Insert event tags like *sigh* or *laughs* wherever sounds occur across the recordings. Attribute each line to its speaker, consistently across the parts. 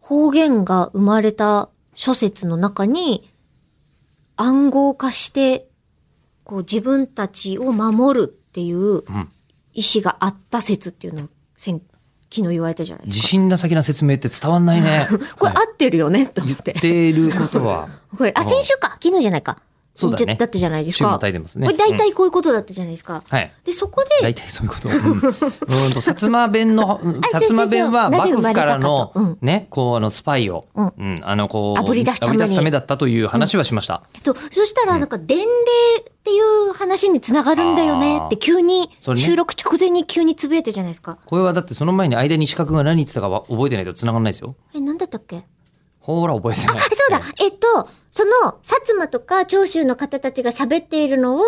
Speaker 1: 方言が生まれた諸説の中に、暗号化して、こう自分たちを守るっていう
Speaker 2: うん。
Speaker 1: 意思があった説っていうのを先昨日言われたじゃないで
Speaker 2: 自
Speaker 1: す
Speaker 2: 信な先な説明って伝わんないね。
Speaker 1: か。 *laughs* これ合ってるよね、と思
Speaker 2: 言
Speaker 1: っ。
Speaker 2: ってていることは、
Speaker 1: これ、あ、先週か昨日じゃないか。
Speaker 2: そうだね
Speaker 1: じゃだったじゃ *laughs* ないです
Speaker 2: 週も
Speaker 1: か。
Speaker 2: 耐えてますね。
Speaker 1: これ大体こういうことだったじゃないですか。
Speaker 2: はい。
Speaker 1: で、そこで、
Speaker 2: 大体そういうこと。
Speaker 1: *laughs*
Speaker 2: うん、うーんと、薩摩弁の、うん薩摩弁
Speaker 1: そうそうそう
Speaker 2: は幕府から
Speaker 1: なぜ生まれたか
Speaker 2: の
Speaker 1: とうん、
Speaker 2: ね、こう、あの、スパイを、
Speaker 1: う
Speaker 2: うんん、あの、こう、
Speaker 1: 炙り出すために
Speaker 2: 炙だったという話はしました。
Speaker 1: とそしたら、なんか、伝令っていう話につながるんだよねって、急に、
Speaker 2: それね
Speaker 1: 収録直前に急につぶやいたじゃないですか。
Speaker 2: これはだってその前に間に四角が何言ってたかは覚えてないと繋がんないですよ。
Speaker 1: え、なんだったっけ
Speaker 2: ほーら、覚えてない。
Speaker 1: あ、そうだ。えっと、その、薩摩とか長州の方たちが喋っているのを、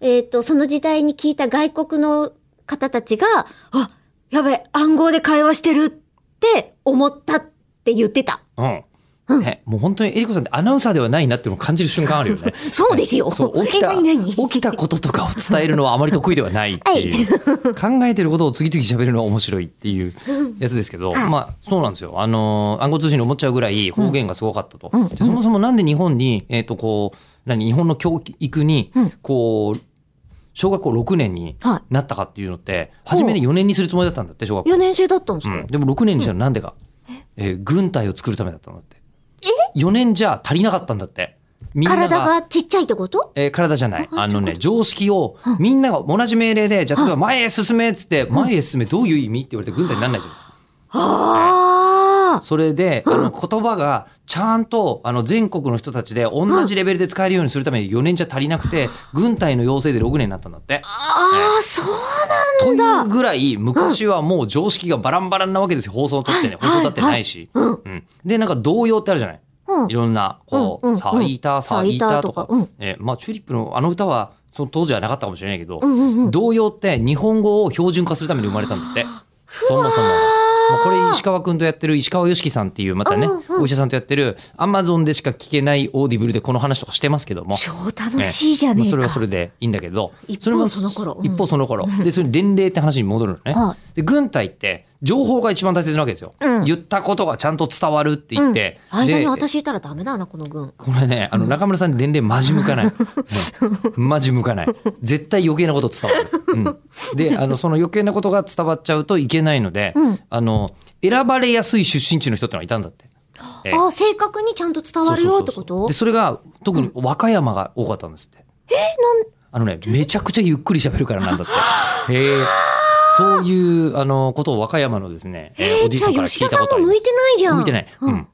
Speaker 1: えっと、その時代に聞いた外国の方たちが、あ、やべえ、暗号で会話してるって思ったって言ってた。
Speaker 2: うん。ね、もう本当にエリコさんってアナウンサーではないなっていうのを感じる瞬間あるよね。
Speaker 1: そうですよ。
Speaker 2: そう起きた
Speaker 1: え、何何
Speaker 2: 起き
Speaker 1: *laughs*
Speaker 2: たこととかを伝えるのはあまり得意ではないっていう、 *laughs* 考えてることを次々喋るのは面白いっていうやつですけど、
Speaker 1: はい
Speaker 2: まあそうなんですよあの暗号通信に思っちゃうぐらい方言がすごかったと、
Speaker 1: うん
Speaker 2: でそもそもなんで日本に、えっとこう何日本の教育に
Speaker 1: うん
Speaker 2: こう小学校6年に
Speaker 1: は
Speaker 2: なったかっていうのって初めに4年にするつもりだったんだって小学
Speaker 1: い。
Speaker 2: 校、
Speaker 1: 4年生だったんです
Speaker 2: う
Speaker 1: か、
Speaker 2: ん、でも6年にしたのなんでか、えー軍隊を作るためだったんだって4年じゃ足りなかったんだってみんな
Speaker 1: 体がちっちゃいってこと
Speaker 2: えー体じゃない。
Speaker 1: あ
Speaker 2: あのね、常識を、みんなが同じ命令で、じゃあ、例えば前へ進めっつって、前へ進めどういう意味って言われて軍隊にならないじゃん。
Speaker 1: ああ、
Speaker 2: それで、あの、言葉が、ちゃんと、あの、全国の人たちで、同じレベルで使えるようにするために4年じゃ足りなくて、軍隊の要請で6年になったんだって。
Speaker 1: ああ、そう
Speaker 2: というぐらい、昔はもう常識がバランバランなわけですよ。放送を取ってね。
Speaker 1: は
Speaker 2: 放
Speaker 1: い
Speaker 2: 送だってないし。
Speaker 1: はいはい
Speaker 2: うんで、なんか童謡ってあるじゃない。
Speaker 1: なん
Speaker 2: い
Speaker 1: だ。
Speaker 2: ろんな、こ
Speaker 1: うんう
Speaker 2: う、
Speaker 1: ん
Speaker 2: さあ、いた、さあ、いたと
Speaker 1: さあいたとかう
Speaker 2: か
Speaker 1: ん。
Speaker 2: えー、まあ、チューリップのあの歌は、その当時はなかったかもしれないけど
Speaker 1: う、ん。うんうんうん。
Speaker 2: 童謡って日本語を標準化するために生まれたんだって。そもそも。まあこれ石川くんとやってる石川良樹さんっていうまたね
Speaker 1: うん、うん
Speaker 2: お医者さんとやってるアマゾンでしか聞けないオーディブルでこの話とかしてますけども。
Speaker 1: 超楽しいじゃね
Speaker 2: まあ
Speaker 1: えか。
Speaker 2: それはそれでいいんだけど
Speaker 1: 一方
Speaker 2: れも
Speaker 1: その頃うん
Speaker 2: 一方その頃でそれに伝令って話に戻るのね、
Speaker 1: は
Speaker 2: で軍隊って情報が一番大切なわけですよ、
Speaker 1: うん
Speaker 2: 言ったことがちゃんと伝わるって言って、
Speaker 1: うん間に
Speaker 2: で
Speaker 1: 私いたらダメだな、この軍。
Speaker 2: これね、あの中村さん年齢マジ向か
Speaker 1: *laughs*
Speaker 2: ない。ねマジ向かない。絶対余計なこと伝わる。うん、で、あのその余計なことが伝わっちゃうといけないので、
Speaker 1: うん
Speaker 2: あの選ばれやすい出身地の人ってのはいたんだって。ええ
Speaker 1: ああ、正確にちゃんと伝わるよってこ
Speaker 2: そうそうそうそう
Speaker 1: と
Speaker 2: で、それが特に和歌山が多かったんですって。あのね、めちゃくちゃゆっくり喋るからなん
Speaker 1: *laughs*
Speaker 2: だって。へえ。そういうあのことを和歌山のですね、えーおじい
Speaker 1: じゃ
Speaker 2: さ
Speaker 1: あ
Speaker 2: んから
Speaker 1: 吉
Speaker 2: 聞
Speaker 1: 田
Speaker 2: いた
Speaker 1: さん
Speaker 2: ことあ
Speaker 1: も向
Speaker 2: ります
Speaker 1: い。てないじゃん。
Speaker 2: 向いてない。
Speaker 1: う
Speaker 2: うんん。